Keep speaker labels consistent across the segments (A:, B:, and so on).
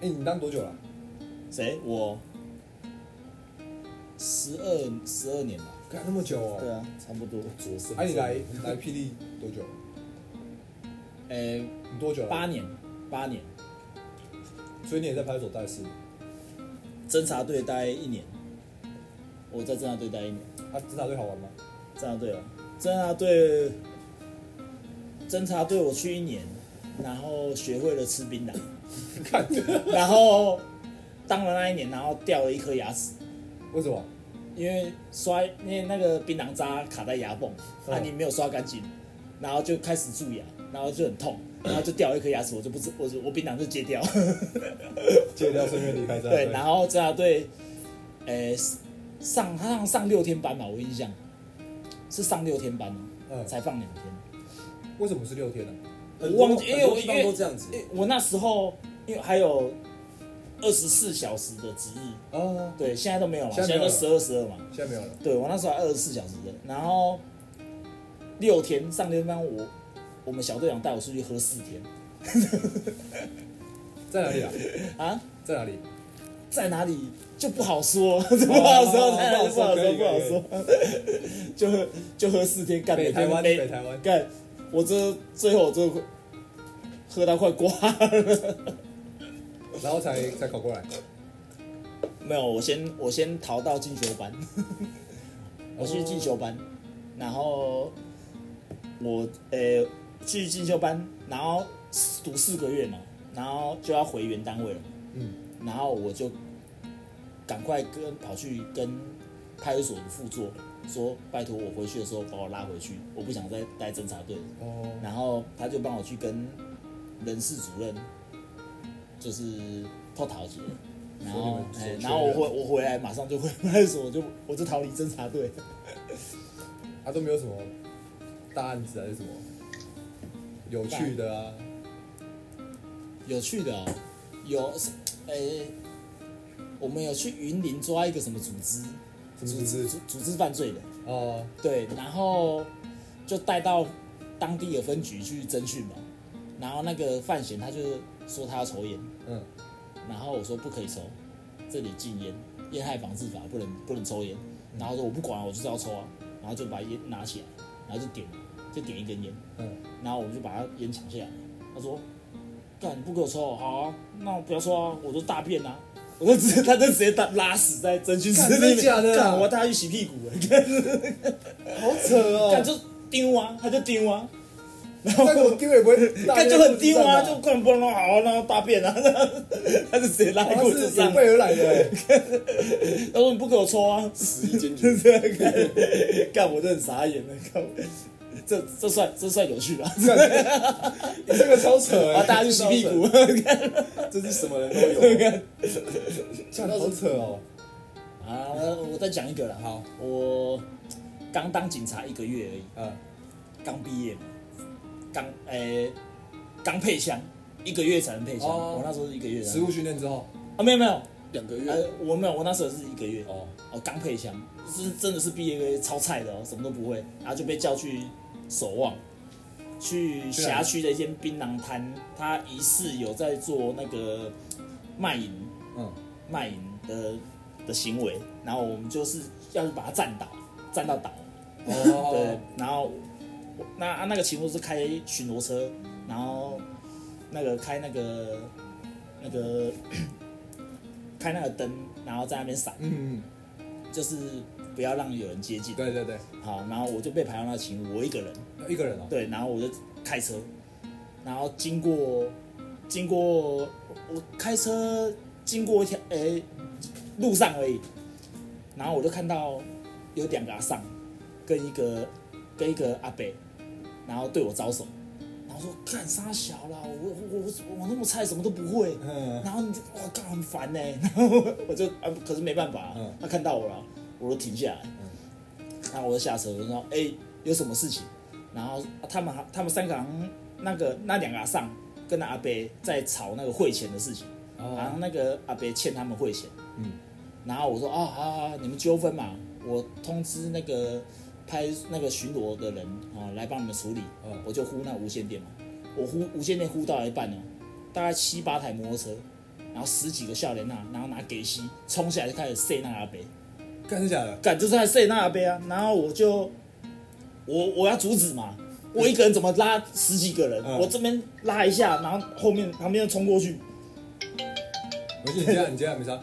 A: 哎、你当多久了、
B: 谁？我十二十二年吧。
A: 干那么久哦、
B: 对啊，差不多。
C: 左身
A: 啊，你来来霹雳多久了？
B: 诶，
A: 你多久了？
B: 哎八年，八年，
A: 所以你也在派出所待四年。
B: 侦察队待一年，我在侦察队待一年。
A: 啊，侦察队好玩吗？
B: 侦察队啊，侦察队，侦察队我去一年，然后学会了吃槟榔，
A: 看，
B: 然后当了那一年，然后掉了一颗牙齿，
A: 为什么？
B: 因为刷因为那个槟榔渣卡在牙缝，啊
A: 嗯
B: 你没有刷干净，然后就开始蛀牙，然后就很痛，然后就掉了一颗牙齿，我就不知我我槟榔就戒掉。
A: 戒掉，顺便离开侦察
B: 对，
A: 队。
B: 然后侦察队，呃，上他上上六天班吧，我印象是上六天班哦，
A: 嗯
B: 才放两天。
A: 为什么是六天呢、
C: 很
B: 我
C: 多
B: 忘记因为
C: 很多地
B: 因
C: 方
B: 为
C: 都这样子
A: 嗯
B: 因，为我那时候因为还有二十四小时的值日，
A: 啊？哦，
B: 对，现在都没有了，
A: 现
B: 现
A: 在没
B: 在
A: 有了
B: 都十二十二嘛。
A: 现在没有了。
B: 对我那时候还二十四小时的，然后六天上六天班我，我们小队长带我出去喝四天
A: 在哪里啊？
B: 啊，
A: 在哪里？
B: 在哪里就不好说， 不好
A: 哦
B: 说，在哪里就不好
A: 可以
B: 说，不好说， 就喝就喝四天，干
A: 北台湾，
B: 每
A: 北台湾。
B: 干，我这最后我这喝到快挂了，
A: 然后才才考过来。
B: 没有，我先我先逃到进修班， 我去进修班，然后我呃去进修班，然后读四个月嘛，然后就要回原单位了，
A: 嗯，
B: 然后我就赶快跟跑去跟派出所的副座说，拜托我回去的时候把我拉回去，我不想再待侦察队了。
A: 哦，
B: 然后他就帮我去跟人事主任，就是破桃姐，然后
A: 所以
B: 哎
A: 你们所，
B: 然后我
A: 确
B: 回
A: 认
B: 我回来马上就回派出所，我就我就逃离侦查队，
A: 他、啊都没有什么大案子还是什么有趣的啊？
B: 有趣的哦，有是哎，我们有去云林抓一个什么组织，
A: 什么组织？
B: 组组织犯罪的，
A: 哦，
B: 对，然后就带到当地的分局去侦讯嘛，然后那个范闲他就说他要抽烟，
A: 嗯，
B: 然后我说不可以抽，这里禁烟，烟害防治法不能不能抽烟。
A: 嗯
B: 然后他说我不管，我就是要抽啊。然后就把烟拿起来，然后就点，就点一根烟。
A: 嗯，
B: 然后我们就把他烟抢下来。他说，干你不给我抽，好啊，那我不要抽啊，我就大便啊。我就直接，他就直接拉拉屎在真菌室
A: 干
B: 里
A: 真的
B: 面，
A: 假的啊哦
B: 干我带他去洗屁股了，
A: 好扯
B: 干
A: 哦！
B: 就丢啊，他就丢啊，然后
A: 但是我丢也 不会，
B: 干就很丢啊，
A: 大
B: 就
A: 家
B: 干不能好啊，然后大便啊， 他就 直接拉在
A: 都
B: 裤
A: 知道
B: 子
A: 哇是
B: 上
A: 有，备而来的、欸。
B: 他说你不给我抽啊，
C: 十一 间
B: 就是这样干，干我就很傻眼了，干我这这算这算有趣吧？
A: 你这个超扯哎、
B: 啊，大家 去洗屁股，
C: 这是什么人 都有。
A: 干，好扯哦！
B: 啊，我我再讲一个啦，
A: 好，
B: 我刚当警察一个月而已，
A: 嗯，
B: 刚毕业嘛，刚诶刚配枪，一个月才能配枪，
A: 哦
B: 我那时候是一个月才
A: 实
B: 能
A: 务训练之后，啊
B: 啊，没有没有，
C: 两个
B: 呃
C: 月，
B: 我没有，我那时候是一个月，
A: 哦，
B: 哦，刚配枪，是真的是毕业为超菜的哦，什么都不会，然后就被叫去守望，去辖区的一间槟榔摊，他疑似有在做那个卖淫
A: 嗯，
B: 卖淫的的行为，然后我们就是要去把他站倒，站到倒，对
A: 哦，，
B: 然后我那啊那个情况是开巡逻车，然后那个开那个那个 开那个灯，然后在那边闪。
A: 嗯，嗯
B: 就是不要让有人接近。
A: 对对对，
B: 好，然后我就被排到那情屋，我一个人，
A: 一个人哦，
B: 对，然后我就开车，然后经过经过我开车经过一条诶、路上而已，然后我就看到有两个阿上跟一个跟一个阿北，然后对我招手，然后说干啥小啦，我我我我那么菜，什么都不会。
A: 嗯，
B: 然后你就哇，干很烦呢、然后我 我就啊，可是没办法、
A: 嗯
B: 他看到我了，我就停下来，然后我就下车，我就说哎、有什么事情？然后、啊他们他们三个好像那个那两个阿上跟那阿伯在吵那个汇钱的事情，然后
A: 哦，
B: 那个阿伯欠他们汇钱，
A: 嗯，
B: 然后我说啊好好好，你们纠纷嘛，我通知那个拍那个巡逻的人啊来帮你们处理，
A: 嗯
B: 我就呼那无线电嘛，我呼无线电呼到一半哦，大概七八台摩托车然后十几个笑脸啊，然后拿给西冲下来就开始塞那阿杯，
A: 干是假的？
B: 干就是在塞那阿杯啊，然后我就我我要阻止嘛，我一个人怎么拉十几个人？
A: 嗯
B: 我这边拉一下，然后后面旁边就冲过去，
A: 没事，你啊 这样你这样没啥。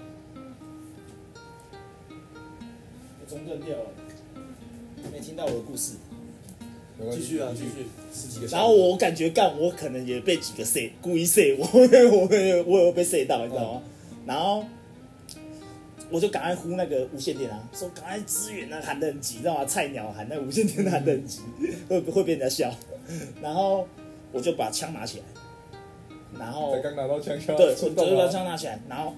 B: 我中断掉了，没听到我的故事。
A: 没关系
C: 继续啊，继。续，
A: 十几个小时。
B: 然后我感觉干，我可能也被几个 C 故意 C 我， 我有我有被 C 到，你知道吗？
A: 嗯
B: 然后我就赶快呼那个无线电啊，说赶快支援啊，喊得很急，你知道吗？菜鸟喊那个无线电喊得很急，
A: 嗯
B: 会会被人家笑。然后我就把枪拿起来，然后
A: 才刚拿到枪枪，
B: 对，我
A: 冲
B: 就
A: 动
B: 把
A: 啊！
B: 枪拿起来，然后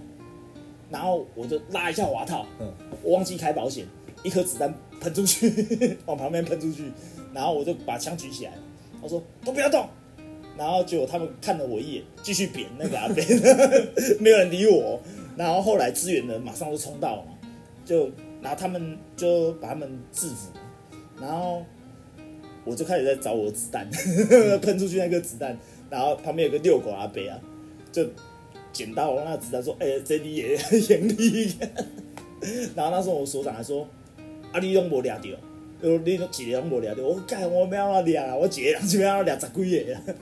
B: 然后我就拉一下滑套，
A: 嗯，
B: 我忘记开保险，一颗子弹喷出去，往旁边喷出去，然后我就把枪举起来，我说都不要动，然后结果他们看了我一眼，继续扁 那个阿贝，没有人理我，然后后来支援的马上就冲到了嘛，就然后他们就把他们制服，然后我就开始在找我的子弹，
A: 嗯
B: 喷出去那颗子弹，然后旁边有个遛狗阿伯啊，就捡到我那子弹说，哎、这里也 眼里。 然后那时候我所长还说：“啊，你拢无抓到，呃，你都一个拢无抓到。”我说干，我没有抓啊，我一个人就没有抓十几个啊。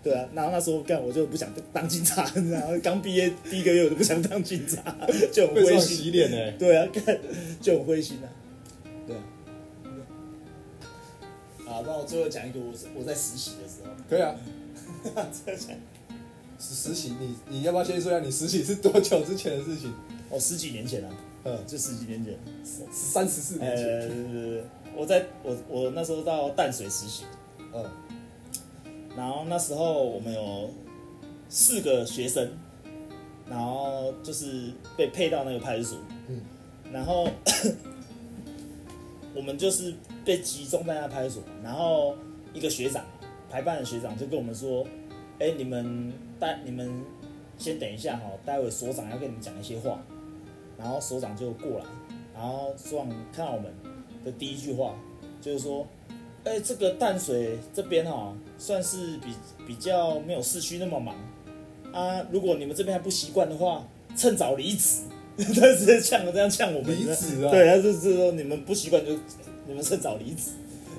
B: 对啊，然后那时候干我就不想当警察，然后刚毕业第一个月我就不想当警察，就很
A: 被这
B: 灰
A: 样
B: 心。
A: 洗脸呢。
B: 对啊，干就很灰心啊。对啊。啊，那我最后讲一个，我我在实习的时候，
A: 可以 啊，
B: 最后讲
A: 实实习你你要不要先说一下你实习是多久之前的事情？
B: 哦，十几年前啊，
A: 嗯，
B: 就十几年前，
A: 三十四年前。
B: 呃，我在我我那时候到淡水实习，
A: 嗯，
B: 然后那时候我们有四个学生，然后就是被配到那个派出所，
A: 嗯，
B: 然后我们就是被集中在那派出所，然后一个学长排班的学长就跟我们说，哎、你们待你们先等一下哈，待会所长要跟你们讲一些话，然后所长就过来，然后所长看到我们的第一句话就是说，哎、这个淡水这边哦，算是比比较没有市区那么忙啊。如果你们这边还不习惯的话，趁早离职。他直接呛了，这样呛我们。
A: 离职啊
B: 对，他就是说你们不习惯就你们趁早离 职。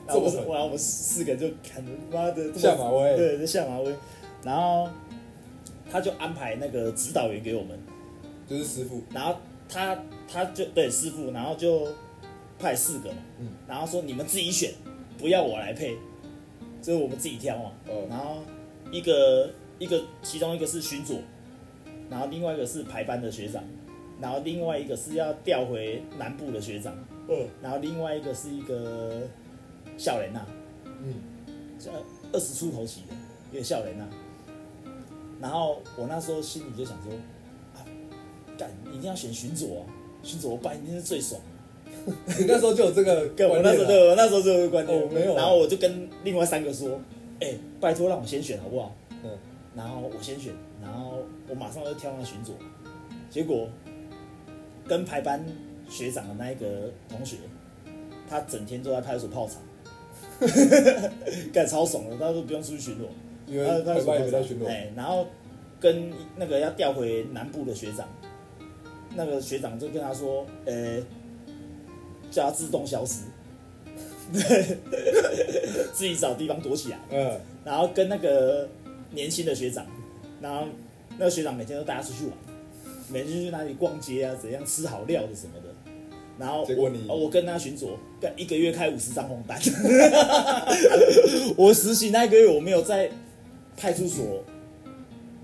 B: 然后我
A: 这么
B: 们，
A: 狠
B: 然后我们四个就看，妈的，这么
A: 下马威
B: 对，就下马威。然后他就安排那个指导员给我们，
A: 就是师傅。
B: 然后他他就对师傅，然后就派四个嘛，
A: 嗯
B: 然后说你们自己选，不要我来配，就是我们自己挑嘛。
A: 哦
B: 然后一个一个，其中一个是巡佐，然后另外一个是排班的学长，然后另外一个是要调回南部的学长，
A: 嗯
B: 然后另外一个是一个笑人呐、
A: 嗯，
B: 这二十出头起的，有点笑人呐、然后我那时候心里就想说，啊，干，一定要选巡佐啊，巡佐我办一定是最爽的。
A: 你那时候就有这个
B: 干，我
A: 观
B: 那
A: 念
B: 时候
A: 了。
B: 对，我那时候就有这个观念、
A: 哦没有啊
B: 然后我就跟另外三个说，哎、拜托让我先选好不好？
A: 嗯，
B: 然后我先选，然后我马上就跳上巡佐，结果跟排班学长的那一个同学，他整天都在派出所泡茶， 干超爽的，他都不用出去巡逻，
A: 因为
B: 他
A: 台
B: 他
A: 湾也没在巡逻。
B: 哎，然后跟那个要调回南部的学长，那个学长就跟他说，呃，叫他自动消失， 对，自己找地方躲起来。
A: 嗯，
B: 然后跟那个年轻的学长，然后那个学长每天都带他出去玩，每天去哪里逛街啊，怎样吃好料的什么的。然后
A: 结
B: 我
A: 果你
B: 哦我跟他巡佐，干一个月开五十张红单。 我实习那一个月，我没有在派出所，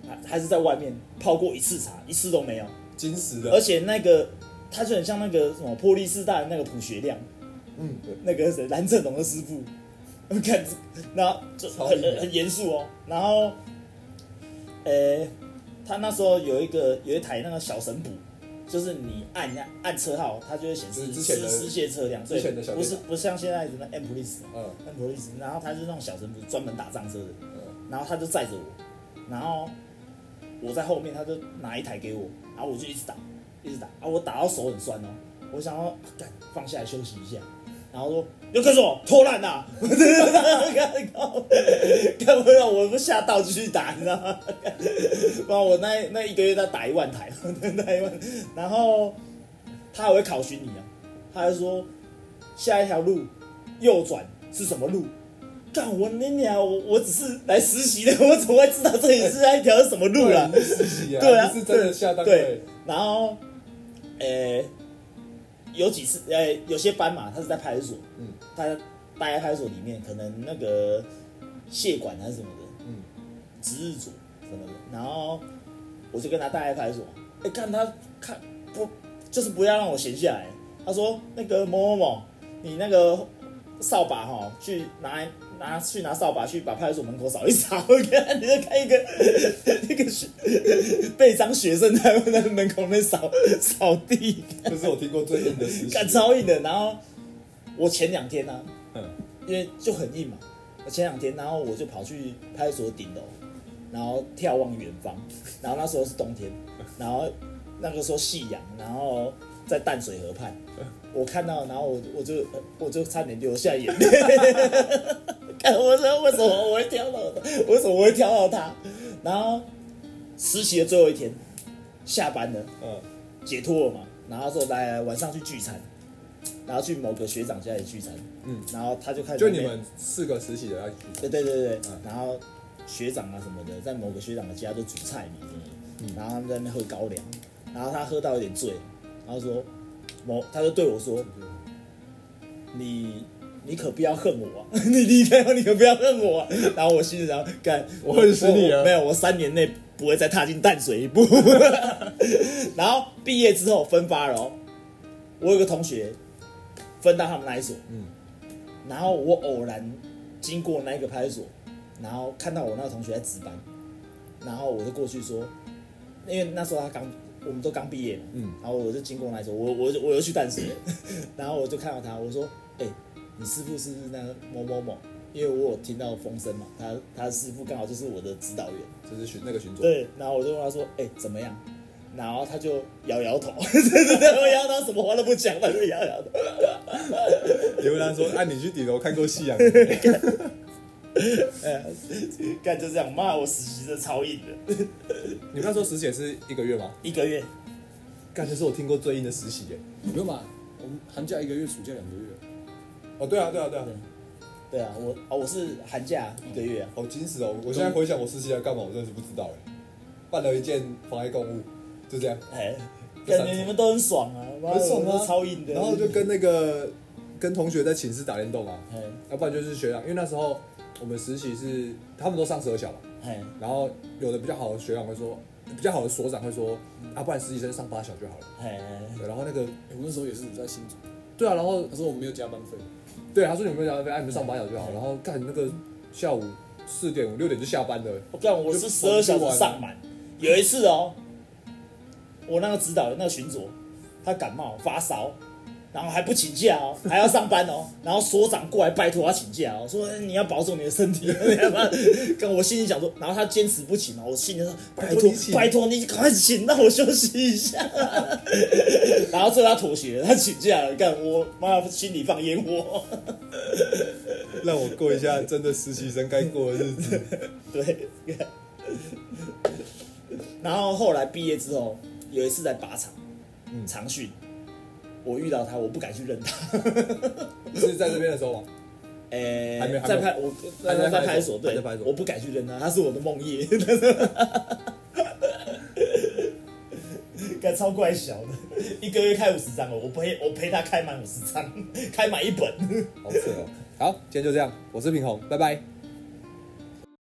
B: 还还是在外面泡过一次茶，一次都没有。
A: 金石
B: 而
A: 的。
B: 且那个他就很像那个什么破例四大的那个朴学亮，
A: 嗯，
B: 那个谁蓝正龙的师傅， 看，然后就
A: 超
B: 很
A: 硬的
B: 很很严肃哦。然后，呃，他那时候有一个有一台那个小神捕，就是你按一下按车号，它就会显示
A: 就是之前
B: 失
A: 的
B: 失械车辆，对
A: 之前的小
B: 不是
A: 电
B: 不像现在什么 M Police
A: 嗯
B: M Police，然后他是那种小神捕专门打仗车的，
A: 嗯，
B: 然后他就载着我，然后我在后面，他就拿一台给我，然后我啊就一直打，一直打，啊，我打到手很酸哦，我想要干放下来休息一下，然后说又跟说偷懒呐、啊， 我真的看看不到我都吓到继续打，你知道吗？不然我那那一个月他打一万台， 打一万，然后他还会考询你啊，他还说下一条路右转是什么路？干我那娘，我我只是来实习的， 我怎么会知道这里是那一条是什么路啦、
A: 对你是实习啊，
B: 对啊
A: 你是真的下单
B: 对，然后，呃、有几次，呃、有些班嘛，他是在派出所，
A: 嗯
B: 他待在派出所里面，可能那个械管还是什么的，
A: 嗯，
B: 值日组什么的，然后我就跟他待在派出所，哎、看他看不就是不要让我闲下来，他说那个某某某，你那个扫把哈，去拿拿去拿扫把去把派出所门口扫一扫， 我看你就看一个 那个学被一张学生在那个门口那边扫扫地，
A: 这是我听过最硬的实习。
B: 干超硬的。然后我前两天呢、啊
A: 嗯
B: 因为就很硬嘛，我前两天然后我就跑去派出所顶楼，然后眺望远方，然后那时候是冬天，然后那个时候夕阳，然后在淡水河畔，
A: 嗯
B: 我看到，然后我我就我就差点流下眼泪。 看我说为什么我会挑到他？为什么我会挑到他？然后实习的最后一天，下班了，
A: 嗯，
B: 解脱了嘛，然后说来来晚上去聚餐，然后去某个学长家里聚餐，
A: 嗯，
B: 然后他就开始
A: 就你们四个实习的要去，
B: 对对对对，
A: 嗯
B: 然后学长啊什么的，在某个学长的家就煮菜嘛，对不对
A: 嗯
B: 然后他们在那边喝高粱，然后他喝到有点醉了，然后说某他就对我说，你你可不要恨我、啊， 你离开我，你可不要恨我啊、然后我心里想，干，
A: 我恨死你啊了
B: 我没有，我三年内不会再踏进淡水一步。 然后毕业之后分发了、哦，我有个同学分到他们那一所，
A: 嗯
B: 然后我偶然经过那一个派出所，然后看到我那个同学在值班，然后我就过去说，因为那时候他刚，我们都刚毕业嘛，
A: 嗯
B: 然后我就经过那一所，我我我又去淡水了，然后我就看到他，我说，哎、你师傅是不是那个某某某？因为我有听到风声嘛，他他师傅刚好就是我的指导员，
A: 就是巡那个巡佐，
B: 对，然后我就问他说：“哎、怎么样？”然后他就摇摇头， 我摇头，什么话都不讲，他就摇摇头。
A: 你问他说，哎，你去顶楼看过啊夕 阳？
B: 哎，干就这样骂我实习生超硬的，
A: 你们那时候实习也是一个月吗？
B: 一个月
A: 感觉是我听过最硬的实习耶。
C: 不用吧？我们寒假一个月，暑假两个月，
A: 哦，对啊，对啊，对啊，
B: 对啊，我啊我是寒假一个月啊，
A: 好矜持哦！我现在回想我实习来干嘛，我真的是不知道哎。办了一件妨碍公务，就这样。
B: 哎，感觉你们都很爽啊，妈
A: 很爽啊
B: 我们都超硬的，
A: 然后就跟那个跟同学在寝室打电动啊，
B: 哎
A: 要不然就是学长，因为那时候我们实习是他们都上十二小嘛，
B: 哎
A: 然后有的比较好的学长会说，比较好的所长会说，啊，不然实习生上八小就好了。
B: 哎哎
A: 对，然后那个
C: 我那时候也是在新竹，
A: 对啊，然后
C: 他说我没有加班费，
A: 对他说你们加班费，哎，你们上八小就好。然后干那个下午四点五六点就下班 了，
B: 我干我是十二小时上满，有一次哦，我那个指导那个巡佐，他感冒发烧，然后还不请 假哦，还要上班哦，然后所长过来拜托他请假哦，说哎你要保重你的身体，啊你要不要跟我心里想说，然后他坚持不请哦，我心里说拜
A: 托
B: 托
A: 你请
B: 拜托你赶快请，让我休息一下， 然后最后他妥协了，他请假了，干我妈心里放烟火，
A: 让我过一下真的实习生该过的日 子。
B: 对。然后后来毕业之后，有一次在靶场，
A: 嗯
B: 长训，我遇到他，我不敢去认他。
A: 是在这边的时候吗？
B: 诶、
A: 还没还没
B: 在派我
A: 还在
B: 在
A: 派
B: 派
A: 出
B: 出
A: 所
B: 所，
A: 还
B: 对
A: 在派出，所
B: 我不敢去认他，他是我的梦魇。干超怪小的，一个月开五十张哦，我陪我陪他开满五十张，开满一本。
A: 好扯哦。好，今天就这样，我是平红，拜拜。